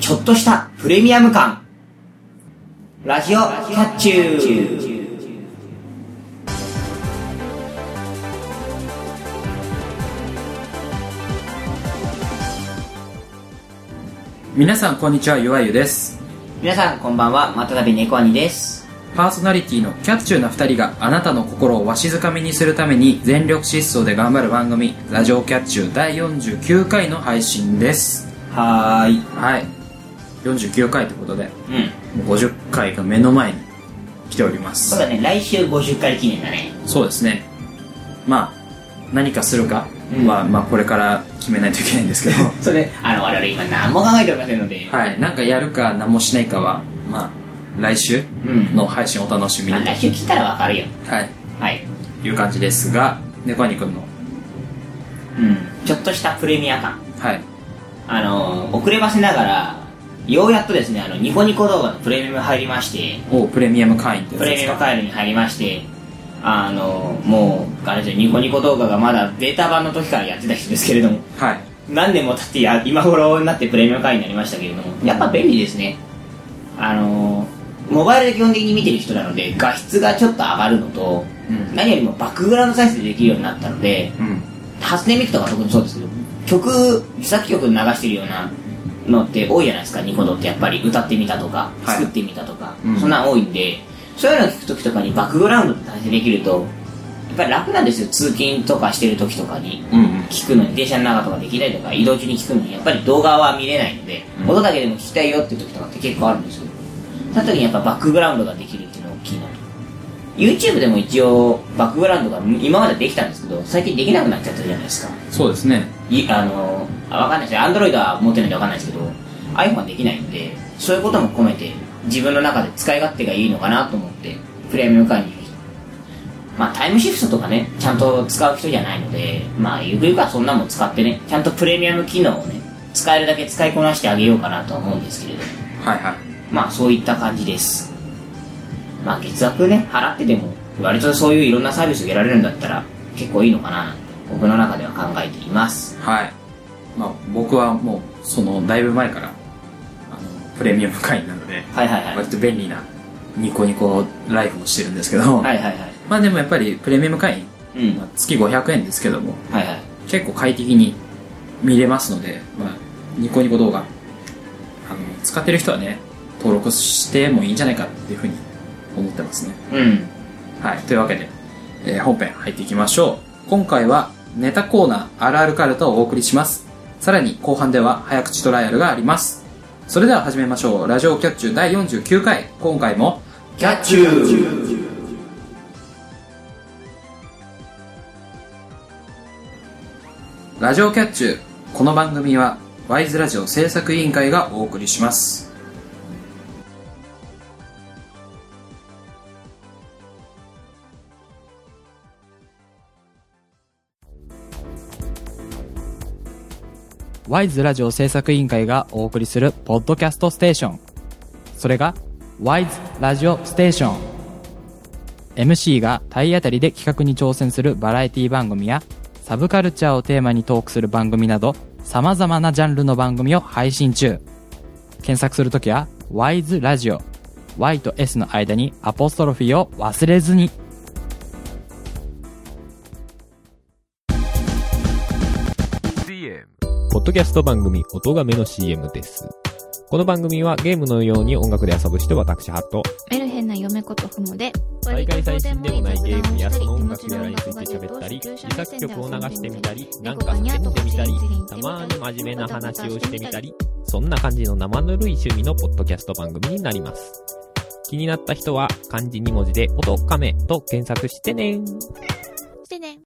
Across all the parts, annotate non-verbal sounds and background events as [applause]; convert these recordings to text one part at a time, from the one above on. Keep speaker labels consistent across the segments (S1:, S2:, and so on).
S1: ちょっとしたプレミアム感。ラジオキャッチュー。
S2: 皆さんこんにちはゆわゆです
S1: 皆さんこんばんは、またたび猫兄です。
S2: パーソナリティのキャッチューな2人があなたの心をわしづかみにするために全力疾走で頑張る番組「ラジオキャッチュー」第49回の配信です
S1: はーい。
S2: はい49回ということで
S1: うん。
S2: もう50回が目の前に来ておりま
S1: そう
S2: す
S1: だね、来週50回記念だね。
S2: そうですねまあ何かするかは、まあ、これから決めないといけないんですけど
S1: それ、あの、我々今何も考えておりませんので。
S2: はいなんかやるか何もしないかはまあ来週
S1: うん。
S2: の配信をお楽しみ
S1: まあ、
S2: に
S1: 来週来たらわかるよ。
S2: はい
S1: はい。
S2: いう感じですが猫兄くんの
S1: うん。ちょっとしたプレミア感。
S2: はい
S1: あの、遅ればせながら、ようやっとですね、あの、ニコニコ動画のプレミアム入りまして、
S2: おプレミアム会員ってや
S1: プ
S2: つ
S1: レ
S2: で
S1: ミ
S2: す
S1: アム
S2: か
S1: ファイルに入りまして、あの、もう、あれですよ、ニコニコ動画がまだデータ版の時からやってた人ですけれども、
S2: はい
S1: 何年も経ってや、今頃になってプレミアム会員になりましたけれども、やっぱ便利ですね。あの、モバイルで基本的に見てる人なので、画質がちょっと上がるのと、
S2: うん
S1: 何よりもバックグラウンド再生できるようになったので、
S2: うん
S1: 初音ミクとか特にそうですけど曲自作曲流してるようなのって多いじゃないですかニコ動ってやっぱり歌ってみたとか
S2: はい
S1: 作ってみたとか、
S2: うん
S1: そんなん多いんでそういうのを聞く時とかにバックグラウンドって再生できるとやっぱり楽なんですよ通勤とかしてる時とかに
S2: うんうん
S1: 聞くのに電車の中とかできないとか移動中に聞くのにやっぱり動画は見れないので、
S2: うん
S1: 音だけでも聞きたいよって時とかって結構あるんですけどその時にやっぱバックグラウンドができるっていうのが大きいなと YouTube でも一応バックグラウンドが今までできたんですけど最近できなくなっちゃったじゃないですか
S2: そうですね
S1: いあのあわかんないですよ Android は持ってないんでわかんないですけど iPhone はできないんでそういうことも込めて自分の中で使い勝手がいいのかなと思ってプレミアム会員にまあタイムシフトとかねちゃんと使う人じゃないのでまあゆくゆくはそんなもん使ってねちゃんとプレミアム機能をね使えるだけ使いこなしてあげようかなとは思うんですけれど
S2: はいはい
S1: まあそういった感じですまあ月額ね払ってでも割とそういういろんなサービスを得られるんだったら結構いいのかななんて僕の中では考えています
S2: はいまあ僕はもうそのだいぶ前からあのプレミアム会員なので
S1: はいはいはい。
S2: 割と便利なニコニコライフをしてるんですけど、
S1: はいはいはい。
S2: まあでもやっぱりプレミアム会員、
S1: うん。
S2: ま
S1: は
S2: あ、月500円ですけども
S1: いはい。
S2: 結構快適に見れますので、まあ、ニコニコ動画あの使ってる人はね登録してもいいんじゃないかっていうふうに思ってますね
S1: うん。
S2: はい、というわけで、えー本編入っていきましょう。今回はネタコーナーあるあるカルタをお送りします。さらに後半では早口トライアルがあります。それでは始めましょう。ラジオキャッチュー第49回。今回も、
S1: キャッチュー
S2: ラジオキャッチュー。この番組は、ワイズラジオ制作委員会がお送りします。
S3: ワイズラジオ制作委員会がお送りするポッドキャストステーション。それが、ワイズラジオステーション。MC が体当たりで企画に挑戦するバラエティ番組や、サブカルチャーをテーマにトークする番組など、様々なジャンルの番組を配信中。検索するときは、ワイズラジオ。Y と S の間にアポストロフィーを忘れずに。
S4: ポッドキャスト番組、音がめの CM です。この番組はゲームのように音楽で遊ぶ人、私、ハット。
S5: メルヘンな嫁ことふもで、
S4: 大会最新でもないゲームやその音楽やらについて喋ったり、自作曲を流してみたり、なんか叫んでみたり、たまに真面目な話をしてみたり、そんな感じの生ぬるい趣味のポッドキャスト番組になります。気になった人は、漢字2文字で、音カメと検索してね
S5: してね。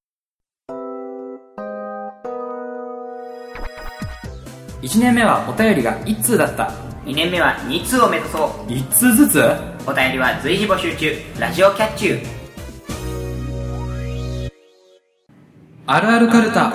S2: 1年目はお便りが1通だった。
S1: 2年目は2通を目指そう。
S2: 1通ずつ
S1: お便りは随時募集中。ラジオキャッチュー。
S2: あるあるカルタ。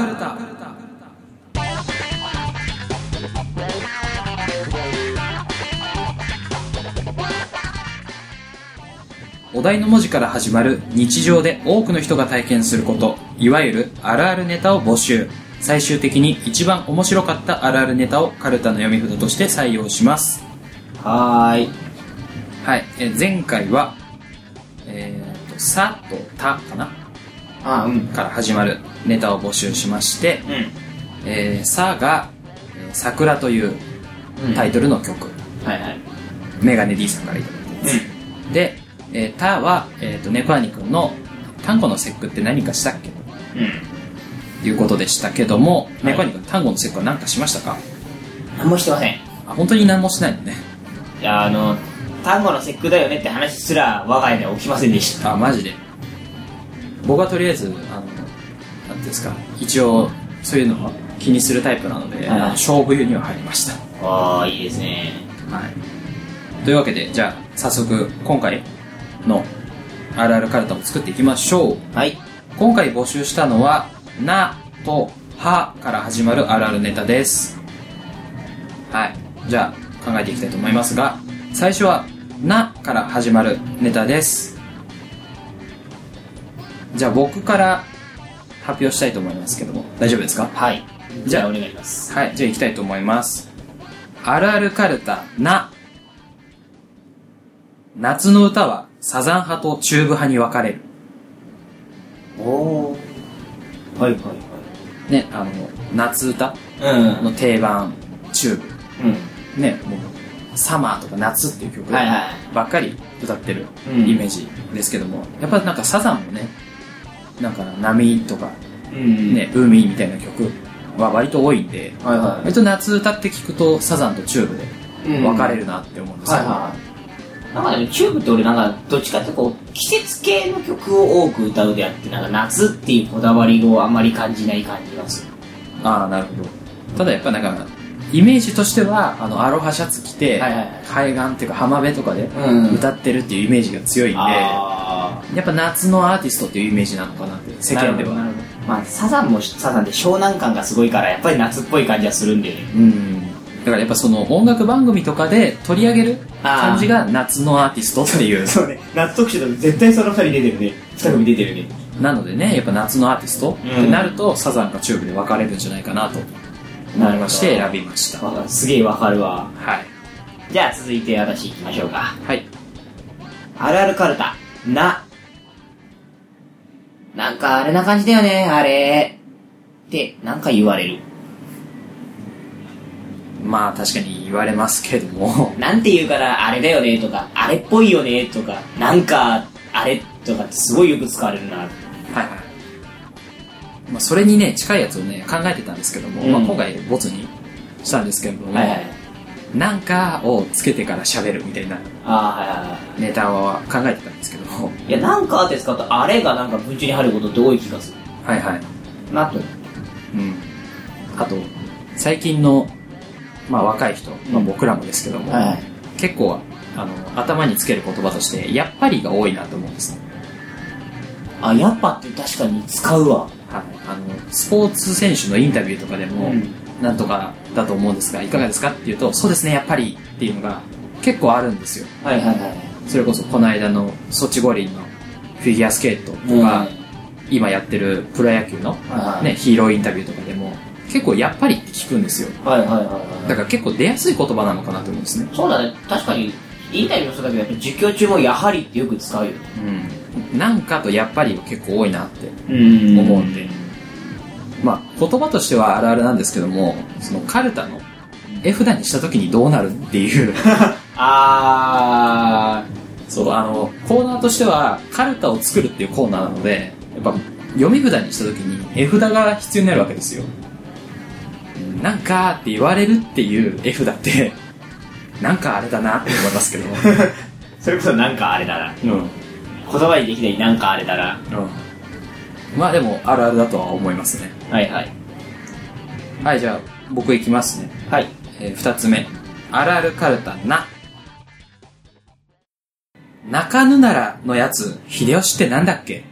S2: お題の文字から始まる日常で多くの人が体験することいわゆるあるあるネタを募集最終的に一番面白かったあるあるネタをカルタの読み札として採用します
S1: はーい。
S2: はい、えー前回は、えーと、さとたかな
S1: あ、うん。
S2: から始まるネタを募集しまして、
S1: う。
S2: えーさが、えー桜というん
S1: うん
S2: タイトルの曲、
S1: はいはい。
S2: メガネ D さんからいただいたやつ。で、えーたは、えーと、猫兄くんの、単語の節句って何かしたっけ
S1: うん。う
S2: ということでしたけども、
S1: はい
S2: 猫兄くん、単語の節句は何かしましたか
S1: ん。何もしてません。
S2: あ、本当に何もしないのね。
S1: いや、あの、単語の節句だよねって話すら我が家では起きませんでした。
S2: あマジで僕はとりあえずあのなんていうんですか一応そういうのは気にするタイプなので、
S1: はい
S2: あの勝負湯には入りました、
S1: ああ、いいですね。
S2: はい、というわけでじゃあ早速今回の「あるあるカルタ」を作っていきましょう
S1: はい。
S2: 今回募集したのは「な」と「は」から始まるあるあるネタですはいじゃあ考えていきたいと思いますが最初は「な」から始まるネタですじゃあ僕から発表したいと思いますけども大丈夫ですか
S1: はい。
S2: じ
S1: じ
S2: ゃあ
S1: ゃあ、お願いします。
S2: はいじゃあいきたいと思いますあるあるカルタ「な」夏の歌はサザン派とチューブ派に分かれる
S1: おお。はいはい
S2: ねあの夏歌
S1: はい。
S2: の定番チュー
S1: うん。うん。
S2: ブねもうサマーとか夏っていう曲
S1: はいは
S2: ばっかり歌ってる
S1: うん
S2: イメージですけども、やっぱなんかサザンもねなんか波とか、
S1: い。うん。。
S2: ね海みたいな曲は割と多いんで
S1: はいは
S2: 割と夏歌って聞くとサザンとチューブで
S1: い。うん
S2: 分かれるなって思うんですけど、
S1: い。なんかね、チューブって俺なんか、どっちかっていうとこう、季節系の曲を多く歌うであって、なんか夏っていうこだわりをあまり感じない感じがする。
S2: ああなるほどただやっぱなんかイメージとしてはあのアロハシャツ着て、
S1: はいはい
S2: 海岸っていうか浜辺とかで
S1: うん
S2: 歌ってるっていうイメージが強いんで、
S1: あ
S2: やっぱ夏のアーティストっていうイメージなのかなって
S1: ー
S2: 世間
S1: な
S2: では
S1: るほどなるほどまあ、サザンもサザンで湘南感がすごいから、やっぱり夏っぽい感じはするんで、
S2: うんだからやっぱその音楽番組とかで取り上げる
S1: あー
S2: 感じが夏のアーティストって
S1: [laughs]
S2: いう
S1: うね、夏特集だと絶対その二人出てるね。二組出てるね。
S2: なのでねやっぱ夏のアーティストってなるとサザンかチューブで分かれるんじゃないかなと思いまして選びました
S1: わ
S2: は
S1: かるすげえわかるわ。
S2: い
S1: じゃあ続いて私行きましょうか。
S2: はい
S1: あるあるカルタ、な。なんかあれな感じだよね、あれ。って、なんか言われる。
S2: まあ確かに言われますけども
S1: なんて言うから、あれだよね、とか、あれっぽいよね、とか、なんか、あれ、とかってすごいよく使われるな。
S2: はいはいまあ、それにね近いやつをね考えてたんですけども、
S1: うん
S2: まあ、今回ボツにしたんですけども、
S1: はいはい。
S2: なんかをつけてから喋るみたいな
S1: ああ、はいはいは
S2: ネタは考えてたんですけども
S1: い。いや、なんかって使うと、あれがなんか文中に入ることって多い気がする。
S2: はいはい
S1: なと。
S2: うんあと最近の、まあ、若い人、まあ、僕らもですけども、
S1: はいはい
S2: 結構あの頭につける言葉としてやっぱりが多いなと思うんですね、
S1: あ、やっぱって確かに使うわ。
S2: はい、あのスポーツ選手のインタビューとかで
S1: う
S2: も、
S1: ん
S2: なんとかだと思うんですがいかがですかっていうとそうですねやっぱりっていうのが結構あるんですよ
S1: はいはいはい。
S2: それこそこの間のソチ五輪のフィギュアスケートとか、今やってるプロ野球の、
S1: はい
S2: ね、ヒーローインタビューとかでも結構やっぱりって聞くんですよ
S1: はいはいはいはい。
S2: だから結構出やすい言葉なのかなと思うんですね、
S1: そうだね、確かに、インタビューもそうだけど、やっぱ実況中もやはりってよく使うよね。
S2: うん、なんかとやっぱりは結構多いなって
S1: うん
S2: 思うんで、まあ言葉としてはあるあるなんですけどもそのカルタの絵札にした時にどうなるっていう
S1: あ
S2: そうあのコーナーとしてはカルタを作るっていうコーナーなのでやっぱ読み札にした時に絵札が必要になるわけですようんなんかって言われるっていう絵札って [laughs] なんかあれだなって思いますけど、
S1: ー、それこそなんかあれだな。
S2: うん、
S1: 言葉にできないなんかあれだな。
S2: うん、まあでもあるあるだとは思いますね
S1: はいはい。
S2: はいじゃあ僕いきますね、
S1: はい。
S2: え2つ目あるあるカルタな泣かぬならのやつ秀吉ってなんだっけ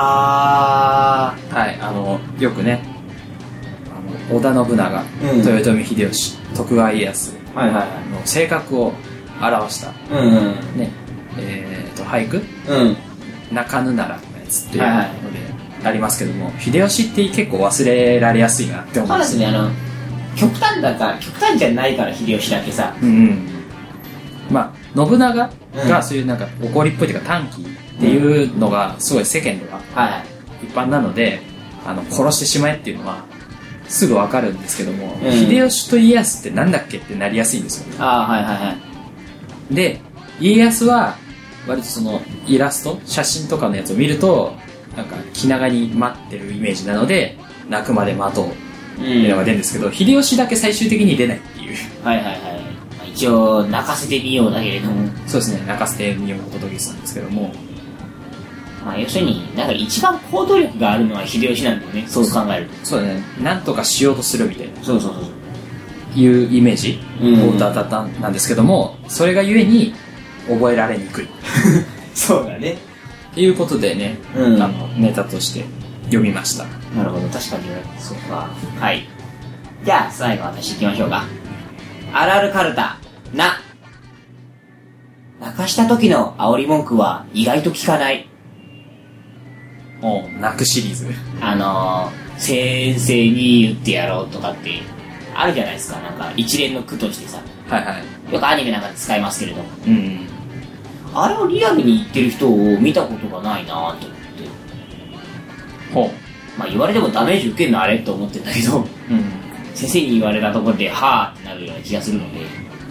S1: あ
S2: はいあのよくねあの織田信長、
S1: うん
S2: 豊臣秀吉徳川家康
S1: ー。はいはい
S2: あの性格を表した
S1: はい。うん。
S2: ねえーと俳句
S1: うん。
S2: 泣かぬならのやつっていうので、
S1: はいはい
S2: ありますけども秀吉って結構忘れられやすいなって思
S1: そううんで
S2: です
S1: すねあの極端だから極端じゃないから秀吉だけさ
S2: うんうんまあ信長がそういうなんか怒りっぽいというか短気っていうのがすごい世間では
S1: はい
S2: 一般なのであの殺してしまえっていうのはすぐわかるんですけども、
S1: うん
S2: 秀吉と家康ってなんだっけってなりやすいんですよね
S1: ああはいはいはい
S2: で家康は割とそのイラスト写真とかのやつを見るとなんか気長に待ってるイメージなので泣くまで待とうっていうのが出るんですけど、秀吉だけ最終的に出ないっていう
S1: はいはいはいまあ一応泣かせてみようだけれども、
S2: そうですね泣かせてみようお届けしたんですけども
S1: まあ、要するになんか一番行動力があるのは秀吉なんだよねそう考える
S2: そうだねなんとかしようとするみたいな
S1: とそうそうそう
S2: いうイメージ
S1: うん
S2: を歌ったたんなんですけども、それがゆえに覚えられにくいっ
S1: そうだね
S2: ていうことでね、
S1: うん
S2: あのネタとして読みました
S1: なるほど確かにそうかはいじゃあ最後私行きましょうかあるあるカルタな泣かした時の煽り文句は意外と聞かない
S2: お泣くシリーズ
S1: あのー、先生に言ってやろうとかってあるじゃないですかなんか一連の句としてさ
S2: はいはい
S1: よくアニメなんかで使いますけれども
S2: うん
S1: あれをリアルに言ってる人を見たことがないなと思って
S2: ほ
S1: まあ言われてもダメージ受けるのあれと思ってんだけど [laughs]
S2: ううん
S1: 先生に言われたところではあってなるような気がするので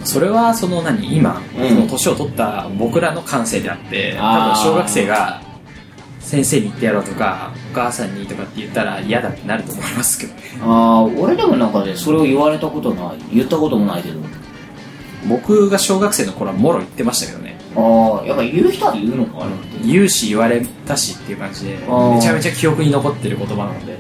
S2: それはその何今、
S1: うん
S2: その年を取った僕らの感性であって多
S1: あー
S2: 分小学生が先生に言ってやろうとかお母さんにとかって言ったら嫌だってなると思いますけどね
S1: ああー俺でもなんかねそれを言われたことない言ったこともないけど
S2: 僕が小学生の頃はもろ言ってましたけどね
S1: ああやっぱ言う人は言うのかなって
S2: 言うし言われたしっていう感じで
S1: あー
S2: めちゃめちゃ記憶に残ってる言葉なので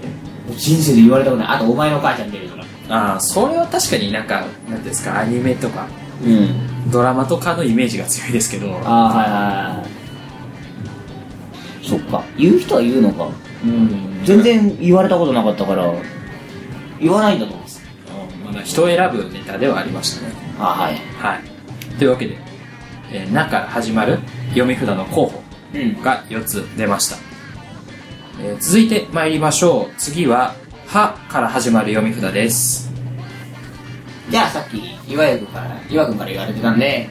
S1: 人生で言われたことないあとお前の母ちゃん出るから
S2: ああそれは確かになんかなんていうんですかアニメとか
S1: うん
S2: ドラマとかのイメージが強いですけど
S1: ああはいはいはいそっか言う人は言うのか
S2: うん
S1: 全然言われたことなかったから言わないんだと思うんです
S2: まだ人を選ぶネタではありましたね
S1: あーはい
S2: はいというわけで「えーな」から始まる読み札の候補
S1: うん
S2: が4つ出ました、えー続いて参りましょう次は「は」から始まる読み札です
S1: じゃあさっき岩井君から岩井君から言われてたんで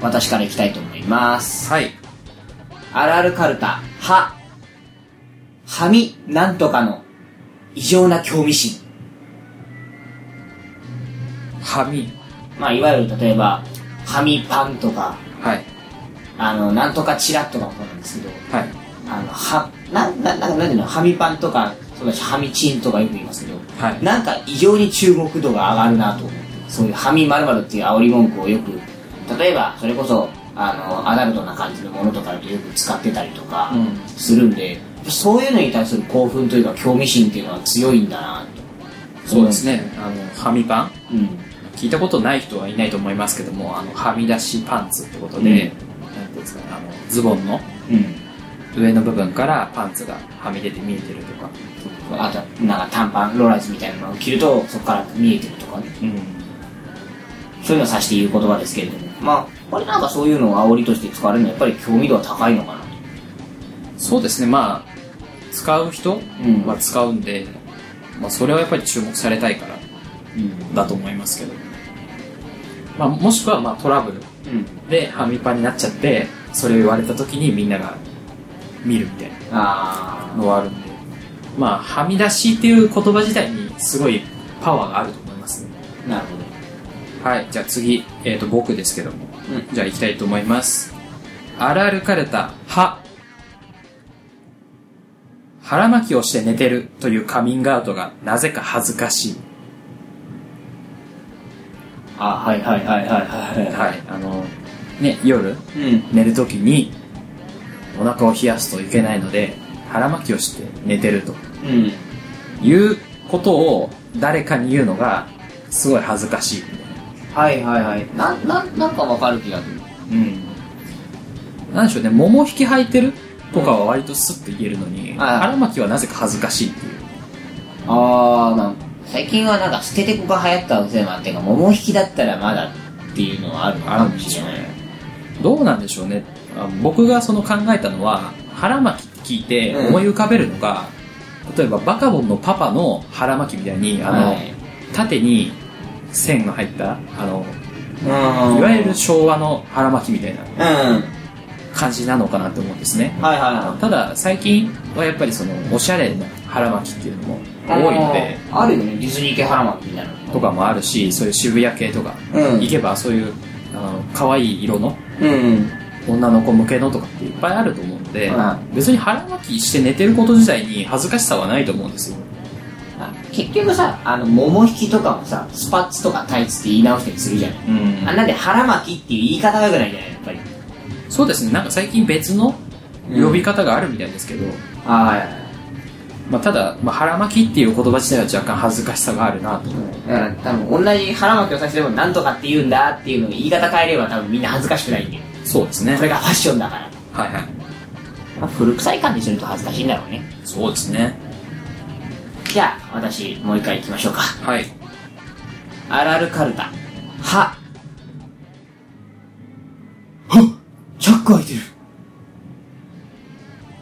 S1: 私から行きたいと思います
S2: はい
S1: あるあるカルタははみなんとかの異常な興味心
S2: 「はみ
S1: まあいわゆる例えばはみパンとか」
S2: はい
S1: あのなんとかチラッとかもそうなんですけど
S2: はい
S1: あのはななななんていうのはみパンとかそうだしはみチンとかよく言いますけど
S2: はい
S1: なんか異常に注目度が上がるなと思ってそういう「はみまるっていう煽り文句をよく例えばそれこそあのアダルトな感じのものとかだとよく使ってたりとか
S2: うん
S1: するんで、そういうのに対する興奮というか興味心っていうのは強いんだなと
S2: そうですねあのはみパン
S1: うん
S2: 聞いたことない人はいないと思いますけどもあのはみ出しパンツってことで、なんていうんですかねあのズボンの
S1: うん
S2: 上の部分からパンツがはみ出て見えてるとか、
S1: あとなんか短パンローラーズみたいなのを着るとそこから見えてるとかね
S2: うん、
S1: そういうのを指して言う言葉ですけれどもまあこれなんかそういうのを煽りとして使われるのはやっぱり興味度は高いのかなと
S2: そうですねまあ使う人
S1: ん
S2: は使うんで、まあ、それはやっぱり注目されたいから
S1: うん
S2: だと思いますけど、まあ、もしくはまあトラブル
S1: うん
S2: ではみパンになっちゃってそれを言われた時にみんなが見るみたいな
S1: あ
S2: のはあるんでまあはみ出しっていう言葉自体にすごいパワーがあると思いますね
S1: あなるほど
S2: はいじゃあ次、えー、と僕ですけども、
S1: う
S2: じゃあ行きたいと思いますあるあるかるたは腹巻きをして寝てるというカミングアウトがなぜか恥ずかしい
S1: あはいはいはいはいはいは
S2: はいあのね夜
S1: いうん
S2: 寝るときにお腹を冷やすといけないので腹巻きをして寝てると
S1: うん
S2: いうことを誰かに言うのがすごい恥ずかしいみたいな
S1: はいはいはいなななんかわかる気がする
S2: うん、なんでしょうね桃引き履いてるとかは割とスッと言えるのに、
S1: ん
S2: 腹巻きはなぜか恥ずかしいっていう
S1: ああなんか最近はなんか捨ててこが流行ったせいもあってか桃引きだったらまだっていうのはあるのかもしれない
S2: どうなんでしょうねあ僕がその考えたのは腹巻きって聞いて
S1: うん
S2: 思い浮かべるのが、例えばバカボンのパパの腹巻きみたいにあの、
S1: はい
S2: 縦に線が入ったあの
S1: うん
S2: いわゆる昭和の腹巻きみたいな
S1: うん
S2: 感じなのかなと思うんですね
S1: はいは
S2: ただ最近はやっぱりそのおしゃれな腹巻きっていうのも
S1: いはい
S2: 多いので
S1: あるよねディズニー系腹巻きみたいな
S2: とかもあるしそういう渋谷系とか
S1: うん
S2: 行けばそういうあの可愛い色の
S1: うん
S2: 女の子向けのとかっていっぱいあると思うので、
S1: は
S2: 別に腹巻きして寝てること自体に恥ずかしさはないと思うんですよ
S1: あ結局さあの桃引きとかもさスパッツとかタイツって言い直したりするじゃない
S2: うん
S1: あんなんで腹巻きっていう言い方が良くないじゃないやっぱり
S2: そうですねなんか最近別の呼び方があるみたいですけど、
S1: あはい
S2: まあ、ただ、まあ、腹巻きっていう言葉自体は若干恥ずかしさがあるなと
S1: だから多分同じ腹巻きをさせてもなんとかって言うんだっていうのを言い方変えれば多分みんな恥ずかしくないんで
S2: そうですね
S1: これがファッションだから、
S2: はいはい
S1: まあ、古臭い感じすると恥ずかしいんだろうね
S2: そうですね
S1: じゃあ私もう一回行きましょうか
S2: はい
S1: あるあるカルタはチャック開いてる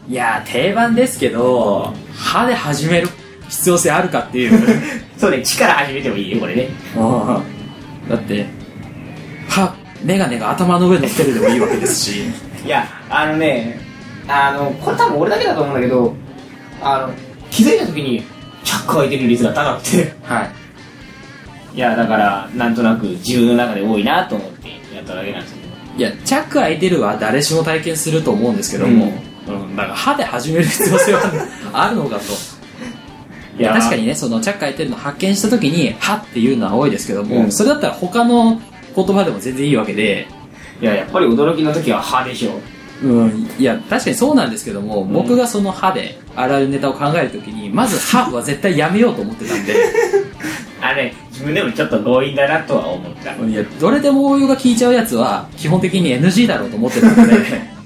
S2: いやー定番ですけど歯で始める必要性あるかっていう
S1: [laughs] そうね力始めてもいいよこれね
S2: だって歯メガネが頭の上乗ってるでもいいわけで
S1: [laughs]
S2: すし
S1: いやあのねあのこれ多分俺だけだと思うんだけどあの気づいた時にチャック開いてる率が高くて
S2: はい
S1: いやだからなんとなく自分の中で多いなと思ってやっただけなんですけど
S2: いやチャック開いてるは誰しも体験すると思うんですけども、うんだから歯で始める必要性はあるのかといや確かにねそのチャック開いてるの発見した時に「歯っていうのは多いですけども、
S1: うん
S2: それだったら他の言葉でも全然いいわけで
S1: いややっぱり驚きの時は歯でしょ
S2: うんいや確かにそうなんですけども、僕がその歯であらゆるネタを考える時にまず歯は絶対やめようと思ってたんで
S1: あれ自分でもちょっと強引だなとは思った
S2: いやどれでも応用が効いちゃうやつは基本的に NG だろうと思ってたので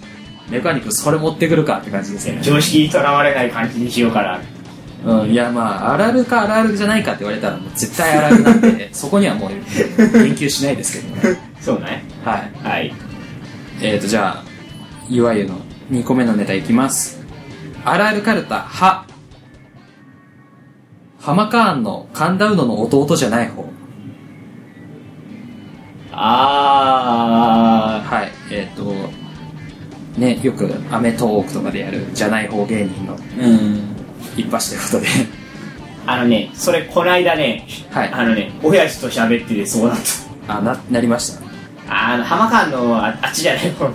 S2: メカニックそれ持ってくるかって感じですよね
S1: 常識にとらわれない感じにしようかな
S2: うん、いやまああるあるかあるあるじゃないかって言われたらもう絶対あるあるなんでそこにはもう言及しないですけどね
S1: そうね
S2: はい
S1: はい
S2: えー、とじゃあいわゆるの2個目のネタいきますあるあるカルタ「は」ハマカーンの神田うのの弟じゃない方
S1: あ
S2: はいえっ、とねよく『アメトーーク』とかでやるじゃない方芸人の
S1: ーうん
S2: 一発ということで
S1: あのねそれこないだね、
S2: [laughs] はい
S1: あのね親父と喋っててそうだっ
S2: あななりました
S1: たあの浜間のああっちじゃないほら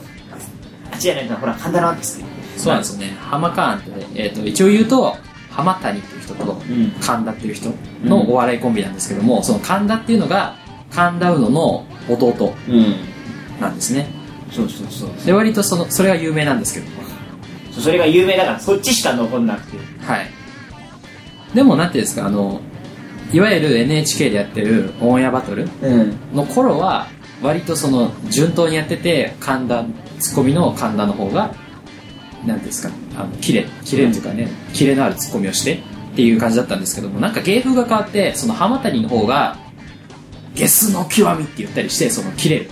S1: あっちじゃないほら神田のっつって
S2: そうなんですよね。ハマカーンってね、えっ、と、一応言うと、ハマタニっていう人と
S1: ん、
S2: 神田っていう人のお笑いコンビなんですけども、その神田っていうのが、神田うのの弟
S1: うん
S2: なんですね。
S1: そうそうそう
S2: で、割とその、それが有名なんですけども。
S1: そうそれが有名だからそっちしか残んなくて
S2: はい。でも、なんていうんですか、あの、いわゆる NHK でやってるオンエアバトル
S1: うん
S2: の頃は、割とその、順当にやってて、神田、ツッコミの神田の方が、なんていうんですか、あの、キレ、キレっていうかね、キレのあるツッコミをしてっていう感じだったんですけども、なんか芸風が変わって、その浜谷の方が、ゲスの極みって言ったりして、そのキレる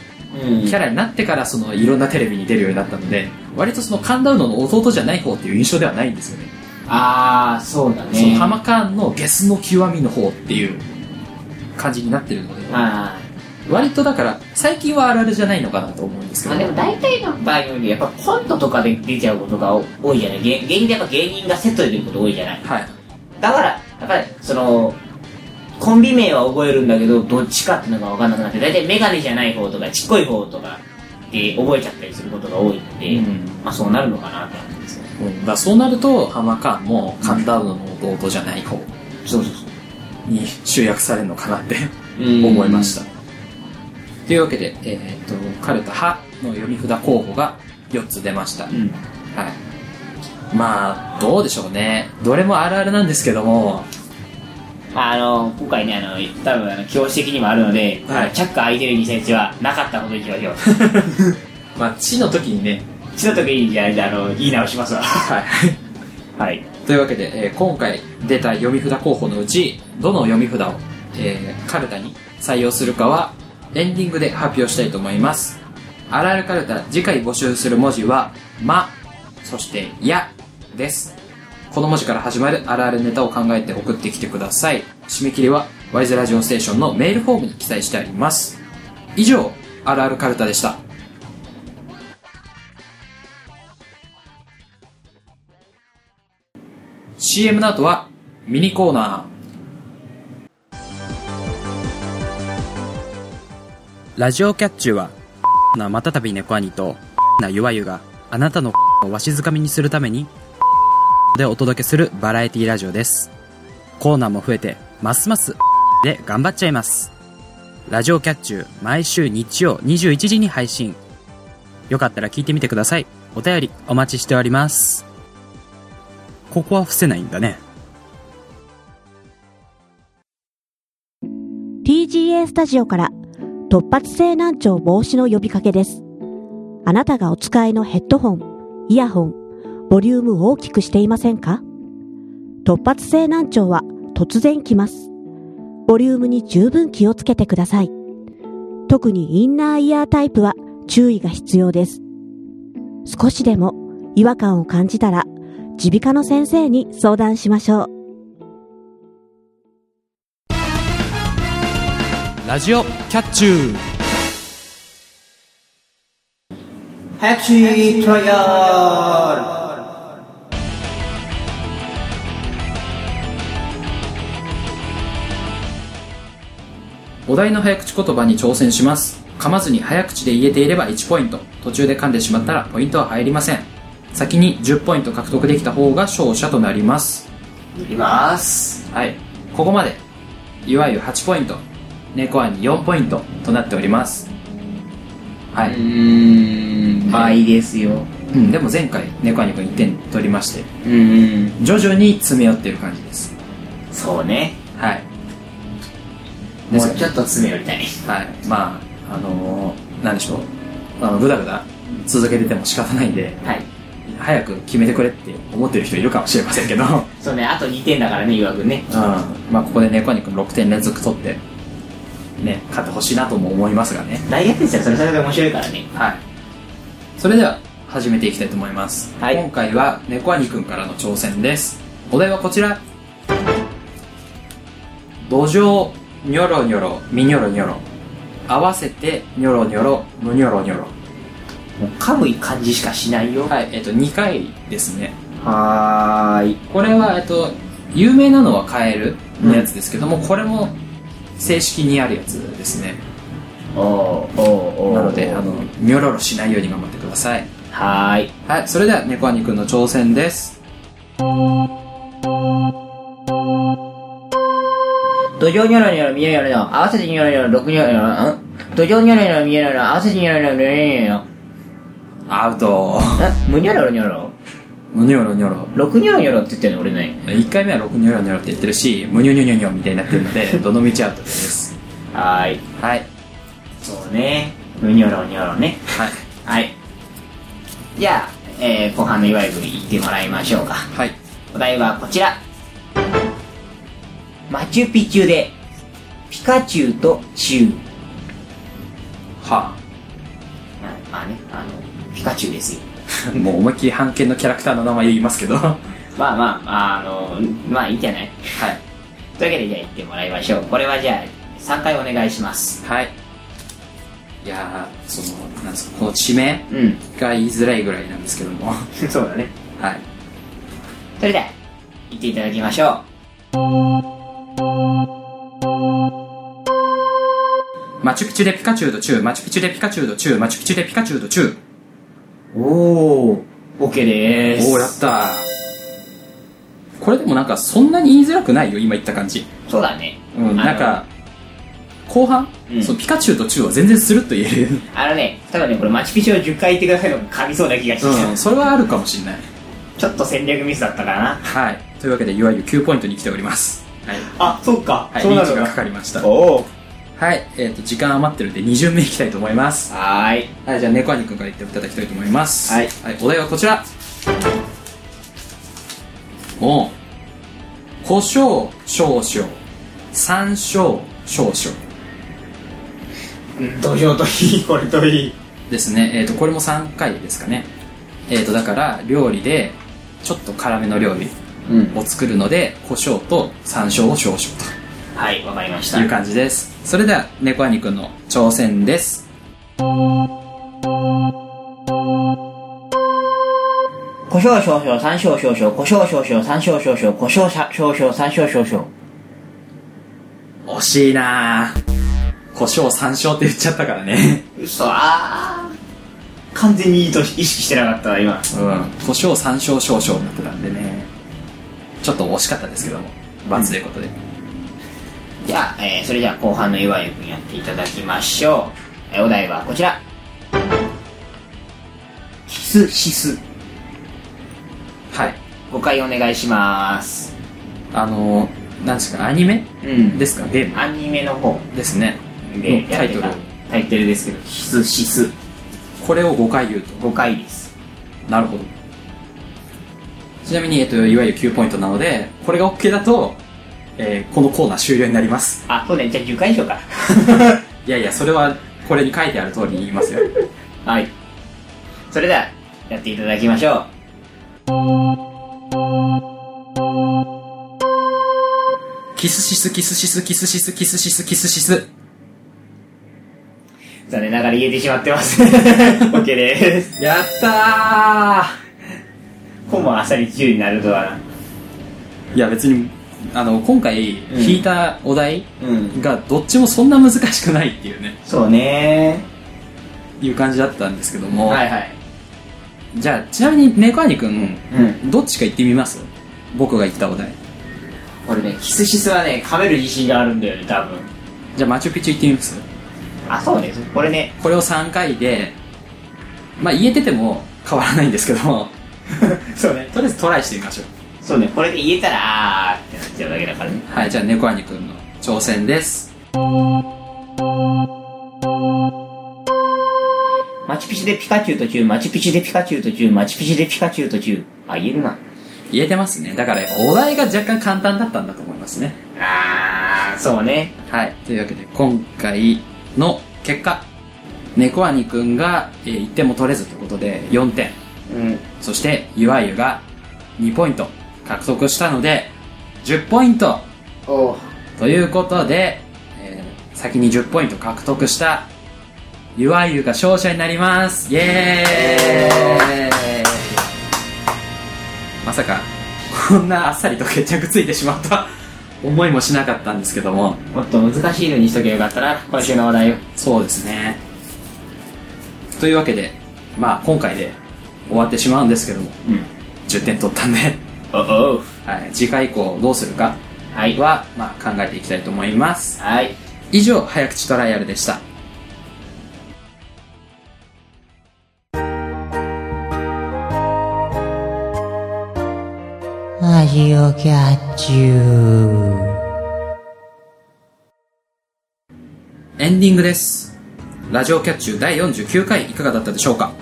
S1: うん
S2: キャラになってから、その、いろんなテレビに出るようになったので、割とその神田うのの弟じゃない方っていう印象ではないんですよね。
S1: ああそうだね
S2: その浜カーンのゲスの極みの方っていう感じになってるので、
S1: あ
S2: 割とだから最近はあるあるじゃないのかなと思うんです
S1: ー
S2: け
S1: ま
S2: ど
S1: あでも大体の場合よりやっぱコントとかで出ちゃうことが多いじゃない芸芸人でやっぱ芸人がセットで出ること多いじゃない
S2: はい
S1: だからやっぱりそのコンビ名は覚えるんだけどどっちかっていうのが分かんなくなって大体メガネじゃない方とかちっこい方とかで覚えちゃったりすることが多いので、
S2: うん
S1: まあそうなるのかなって感じですね
S2: うん、だからそうなると浜カーンも神田うのの弟じゃない方
S1: そうそうそう
S2: に集約されるのかなって
S1: うん
S2: 思いましたというわけで、えーっとカルタ「は」の読み札候補が4つ出ました、
S1: うん
S2: はいまあどうでしょうねどれもあるあるなんですけども
S1: あの今回ねあの多分あの教師的にもあるので、
S2: はい
S1: あのチャック開いてる2センチはなかったことにしま [laughs] しょう
S2: まあ「ち」の時にね
S1: ちょっといいじゃああの言い直しますわ
S2: はい
S1: はい
S2: というわけで、えー今回出た読み札候補のうちどの読み札を、えーカルタに採用するかはエンディングで発表したいと思いますあらゆるカルタ次回募集する文字は「ま」そして「や」ですこの文字から始まるあるあるネタを考えて送ってきてください締め切りはワイズラジオステーションのメールフォームに記載してあります以上あるあるカルタでした「CM の後はミニコーナ
S3: ラジオキャッチューは、 [laughs] なまたたび猫兄と、 [laughs] なゆわゆがあなたの [laughs] をわしづかみにするために、 [laughs] でお届けするバラエティラジオです。コーナーも増えて、ますます、 [laughs] で頑張っちゃいます。ラジオキャッチュー、毎週日曜21時に配信。よかったら聞いてみてください。お便りお待ちしております。ここは伏せないんだね。
S6: TGA スタジオから突発性難聴防止の呼びかけです。あなたがお使いのヘッドホン、イヤホン、ボリュームを大きくしていませんか突発性難聴は突然来ます。ボリュームに十分気をつけてください。特にインナーイヤータイプは注意が必要です。少しでも違和感を感じたら、耳鼻科の先生に相談しましょう。
S3: ラジオキャッチュー。
S1: 早口トライア
S2: ーお題の早口言葉に挑戦します噛まずに早口で言えていれば1ポイント途中で噛んでしまったらポイントは入りません先に10ポイント獲得できた方が勝者となります
S1: ル塗ります
S2: はいここまでいわゆる8ポイント猫はに4ポイントとなっておりますは
S1: う
S2: い、
S1: ーん倍ですよ
S2: うん、でも前回猫アニくん1点取りまして
S1: うーん
S2: 徐々に詰め寄ってる感じです
S1: そうね
S2: はいで
S1: も
S2: す
S1: う
S2: よね
S1: ちょっと詰め寄りたい
S2: はいまああのー、なんでしょうあのグダグダ続けてても仕方ないんで
S1: はい
S2: 早く決めてくれって思ってる人いるかもしれません [laughs] けど、うん、ま
S1: そうねあと2点だからね岩君ね
S2: あここで猫アニくん6点連続取ってね勝ってほしいなとも思いますがね
S1: 大逆転したらそれそれで面白いからね
S2: はいそれでは始めていきたいと思います、
S1: はい
S2: 今回は猫兄くんからの挑戦ですお題はこちら土壌ニョロニョロミニョロニョロ合わせてニョロニョロムニョロニョロ
S1: もう噛む感じしかしないよ
S2: はいえっと2回ですね
S1: はーい
S2: これはえっと有名なのはカエルのやつですけども、これも正式にあるやつですね
S1: おーおーおー
S2: なのであのニョロロしないように頑張ってください
S1: はーい
S2: はい、それでは猫兄くんの挑戦です。
S1: 土壌ニョロニョロミニョロニョロ合わせてニョロニョロ六ニョロニョロん土壌ニョロニョロミニョロニョロ合わせてニョロニョロニョロニョロ
S2: アウト。 [laughs]
S1: えむニョロニョロ
S2: むにょろにょろ。
S1: 六ニョロニョロって言ってんの俺ね
S2: 1回目は6にょろにょろって言ってるし、むにょにょにょにょみたいになってる
S1: [laughs]
S2: ので、どの道アウトです。
S1: はーい
S2: はい。
S1: そうねむニョロニョロね
S2: はい。
S1: はいじゃあ、えー、後半の岩井君行ってもらいましょうか
S2: はい。
S1: お題はこちらマチュピチュでピカチュウとチュウ
S2: は
S1: あまあねあのピカチュウですよ [laughs]
S2: あ、もう思いっきり半券のキャラクターの名前言いますけど。は
S1: まあまああのまあいいんじゃない
S2: い。
S1: というわけでじゃあ行ってもらいましょうこれはじゃあ3回お願いします
S2: はい。いやー、その、なんですか、この地名
S1: うん
S2: が言いづらいぐらいなんですけども。 [laughs] は
S1: [laughs] そうだね
S2: い。
S1: それでは行っていただきましょ
S2: マチュピチュでピカチュウとチュウ、マチュピチュでピカチュウとチュウ、マチュピチュでピカチュウとチュウ。
S1: うおお OK でーす
S2: おおやったこれでもなんかそんなに言いづらくないよ今言った感じ、
S1: そうだね
S2: うん、なんか後半、
S1: うん
S2: そのピカチュウとチュウは全然スルッと言える、
S1: あのね多分ねこれマチュピチュを10回言ってくださいのが噛みそうな気がしてきた、
S2: [laughs] うん、それはあるかもしれない
S1: ちょっと戦略ミスだったかな
S2: はいというわけでいわゆる9ポイントに来ておりますはい、
S1: あそっか、
S2: はい、
S1: そ
S2: リ
S1: うな
S2: ーチ
S1: の
S2: が
S1: か
S2: かかりました
S1: おお
S2: はい、えー、と時間余ってるんで2巡目いきたいと思います
S1: はーい
S2: はいじゃあ猫兄くんから言っていただきたいと思います
S1: はい
S2: お題はこちらおう胡椒少々山椒少々
S1: うん土壌といいこれといい
S2: ですね、えー、とこれも3回ですかねえっ、とだから料理でちょっと辛めの料理
S1: うん
S2: を作るので、胡椒と山椒を少々
S1: はいわかりまし
S2: と
S1: た
S2: いう感じです。それでは、猫兄くんの挑戦です。
S1: 胡椒少々山椒少々胡椒少々山椒少々胡椒少々山椒少々
S2: 惜しいなぁ。胡椒山椒って言っちゃったからね。
S1: うそあー完全に意図し意識してなかったわ今
S2: うん。胡椒山椒少々になってたんでね。ちょっと惜しかったですけども。罰ということで。
S1: じゃあ、えーそれじゃあ後半の岩井君やっていただきましょう、えーお題はこちらヒスヒス
S2: はい。
S1: 誤解お願いします
S2: あのー、なんですか、アニメ
S1: うん
S2: ですかゲーム
S1: アニメの方
S2: ですね。
S1: で
S2: のタイトル
S1: やってたタイトルですけどヒスヒス
S2: これを5回言うと。
S1: 誤解です
S2: なるほど。ちなみに、えっと、いわゆる9ポイントなので、これが OK だと、えーこのコーナー終了になります。
S1: あそうねじゃあ10回でしょうか
S2: いやいや、それは、これに書いてある通り言いますよ。
S1: はいそれではやっていただきましょう
S2: キスシス、キスシス、キスシス、キスシス、キスシス。
S1: 残念ながら言えてしまってます [laughs] OK です
S2: やった
S1: 本もあっさり10になるとは
S2: ーいや、別に、あの、今回、
S1: ん
S2: 引いたお題
S1: うん
S2: が、どっちもそんな難しくないっていうね、
S1: そうね
S2: いう感じだったんですけども。
S1: はいはい
S2: じゃあ、ちなみに、猫兄くん、
S1: うん
S2: どっちか言ってみます僕が言ったお題。
S1: 俺ねキスシスはね噛める自信があるんだよね多分
S2: じゃあ、マチュピチュ言ってみます
S1: あそうね俺ね
S2: これを3回で、まあ言えてても変わらないんですけど [laughs] も、
S1: そうね
S2: とりあえずトライしてみましょう。
S1: そうねこれで言えたらあーってなっちゃうだけだからね
S2: はい、じゃあ猫兄くんの挑戦です。
S1: マチュピチュでピカチュウとチュウマチュピチュでピカチュウとチュウマチュピチュでピカチュウとチュウあ言えるな
S2: 言えてますね。だからやっぱお題が若干簡単だったんだと思いますね。
S1: あーそうね
S2: はい、というわけで今回の結果、猫兄くんが、え1点も取れずということで4点、
S1: うん
S2: そしてゆわゆが2ポイント獲得したので10ポイント
S1: おう
S2: ということで、えー先に10ポイント獲得したゆわゆが勝者になりますイエーイまさかこんなあっさりと決着ついてしまった思いもしなかったんですけども
S1: もっと難しいのにしとけばよかったな今週の話題を
S2: そうですねというわけでまあ今回で終わってしまうんですけども
S1: うん
S2: 10点取ったんで、 [laughs]
S1: おお
S2: はい、次回以降どうするか
S1: はい
S2: は、まあ、考えていきたいと思います
S1: はい
S2: 以上早口トライアルでした
S7: ラジオキャッチュー。
S2: エンディングです。ラジオキャッチュ第49回いかがだったでしょうか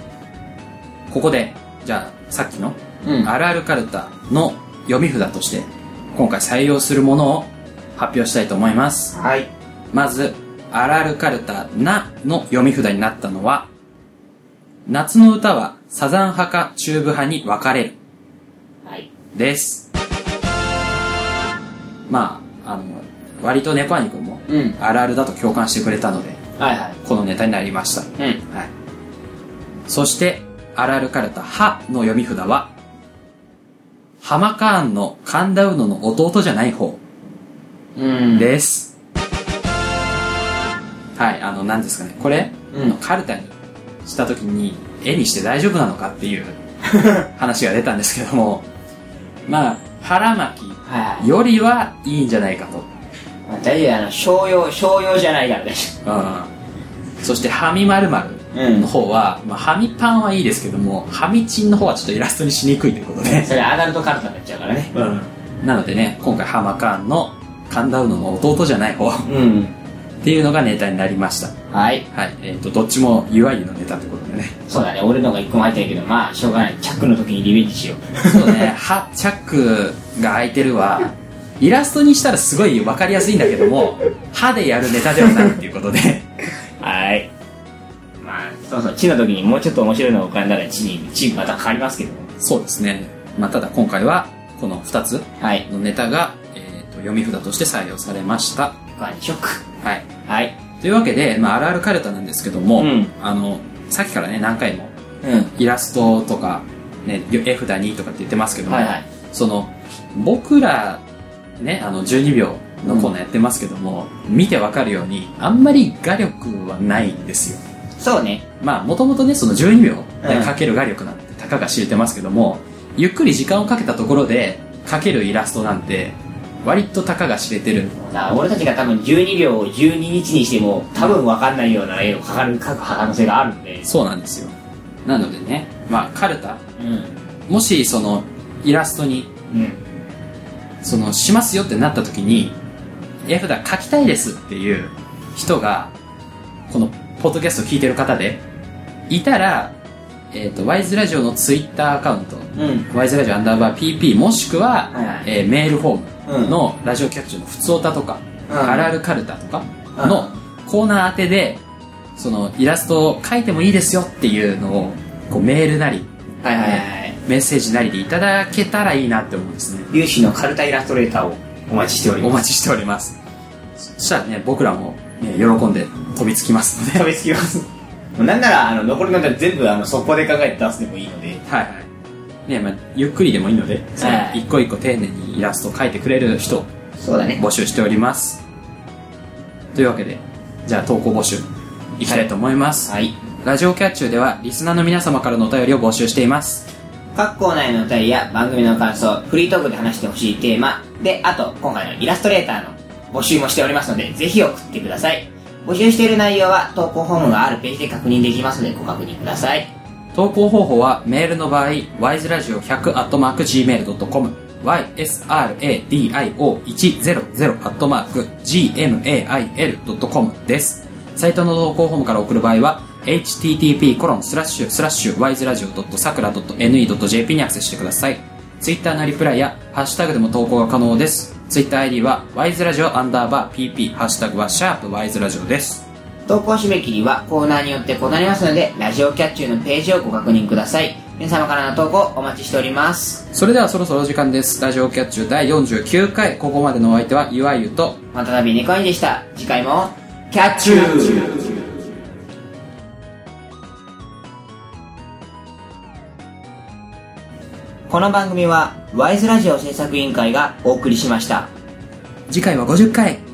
S2: ここで、じゃあ、さっきの、
S1: うん
S2: あるあるカルタの読み札として、今回採用するものを発表したいと思います。
S1: はい
S2: まず、あるあるカルタなの読み札になったのは、夏の歌はサザン派かチューブ派に分かれる。
S1: はい
S2: です。まあ、あの、割とネコアニ君も、
S1: うん
S2: あるあるだと共感してくれたので、
S1: はいは
S2: このネタになりました。
S1: いうん
S2: はい、そしてあるあるかるた「は」の読み札はハマカーンの神田うのの弟じゃない方
S1: うん
S2: です、はいあの何ですかねこれ、
S1: うん
S2: あのカルタにした時に絵にして大丈夫なのかっていう
S1: [laughs]
S2: 話が出たんですけどもまあ腹巻
S1: はいはい
S2: きよりはいいんじゃないかと、
S1: まあ大丈夫あの商用商用じゃないから大丈
S2: うん、そしてはみまるまる
S1: 夫う
S2: の方は、まあ、はみパンはいいですけどもはみちんの方はちょっとイラストにしにくいということで、
S1: それアダルトカルタになっちゃうからね
S2: [laughs] なのでね今回ハマカーンの神田うのの弟じゃない方 [laughs] っ
S1: うん
S2: ていうのがネタになりました
S1: はい
S2: はいえっ、とどっちもいわゆるのネタということでね
S1: そうだね俺のが一個も入ってないけどまあしょうがないチャックの時にリベンジしよ
S2: そう [laughs] ねはチャックが開いてるはイラストにしたらすごい分かりやすいんだけども歯でやるネタではないっていうことで [laughs]
S1: うはいまあそうそう地の時にもうちょっと面白いのが浮かんだら地にチームまた変わりますけど
S2: そうですねまあただ今回はこの2つ
S1: はい。
S2: のネタが、えーと読み札として採用されました。
S1: 不安にショック。
S2: はい。
S1: はい。
S2: というわけで、まあ、あるあるカルタなんですけども、
S1: うん
S2: あの、さっきからね、何回も
S1: うん。
S2: イラストとか、ね、よ絵札にとかって言ってますけども、
S1: はいはい。
S2: その、僕ら、ね、あの、12秒のコーナーやってますけども、見てわかるように、あんまり画力はないんですよ。
S1: そうね。
S2: まあ、もともとね、その12秒でかける画力なんて、たかが知れてますけども、ゆっくり時間をかけたところで、かけるイラストなんて、割とたかが知れてる。
S1: さあ、俺たちが多分12秒を12日にしても、多分わかんないような絵を描かる、描く可能性があるんで。
S2: そうなんですよ。なのでね、まあ、カルタ、
S1: うん。
S2: もし、その、イラストに、
S1: うん。
S2: その、しますよってなった時に、絵札書きたいですっていう人が、この、ポッドキャストを聞いてる方で、いたら、えっ、と、ワイズラジオのツイッターアカウント、
S1: うん。
S2: ワイズラジオアンダーバー PP もしくは、
S1: はいはい
S2: えーメールフォー
S1: う
S2: ム
S1: ん
S2: のラジオキャッチュの普通歌とか、
S1: うん
S2: あるあるカルタとか
S1: うん
S2: のコーナー宛てで、そのイラストを描いてもいいですよっていうのをこうメールなり
S1: はいはいはい。
S2: メッセージなりでいただけたらいいなって思うんですね
S1: 有志のカルタイラストレーターをお待ちしておりま
S2: お
S1: す。
S2: 待ちしておりますそしたらね僕らも、ね、喜んで飛びつきますので
S1: 食べつきます。 [laughs] もうなんなら、あの、残りの間全部、あの、速攻で考えて出すでもいいので。
S2: はいはいねまあ、ゆっくりでもいいので、その一個一個丁寧にイラストを描いてくれる人
S1: そうだね。
S2: 募集しておりますというわけでじゃあ投稿募集いきたいと思います、
S1: はい。
S2: ラジオキャッチューではリスナーの皆様からのお便りを募集しています
S1: 各コーナーへのお便りや番組の感想、フリートークで話してほしいテーマ、で、あと、今回のイラストレーターの募集もしておりますので、ぜひ送ってください。募集している内容は投稿フォームがあるページで確認できますので、ご確認ください。
S2: 投稿方法はメールの場合 wiseradio100.gmail.com ysradio100.gmail.com ですサイトの投稿フォームから送る場合は http://wiseradio.sakura.ne.jp にアクセスしてくださいツイッターのリプライやハッシュタグでも投稿が可能ですツイッター ID は wiseradio アンダーバー pp ハッシュタグはシャープ wiseradio です
S1: 投稿締め切りはコーナーによって異なりますので、ラジオキャッチューのページをご確認ください。皆様からの投稿お待ちしております。
S2: それではそろそろお時間です。ラジオキャッチュ第49回。ここまでのお相手は、ゆあゆと、
S1: またたび猫兄でした。次回も、キャッチューこの番組は、ワイズラジオ制作委員会がお送りしました。
S2: 次回は50回。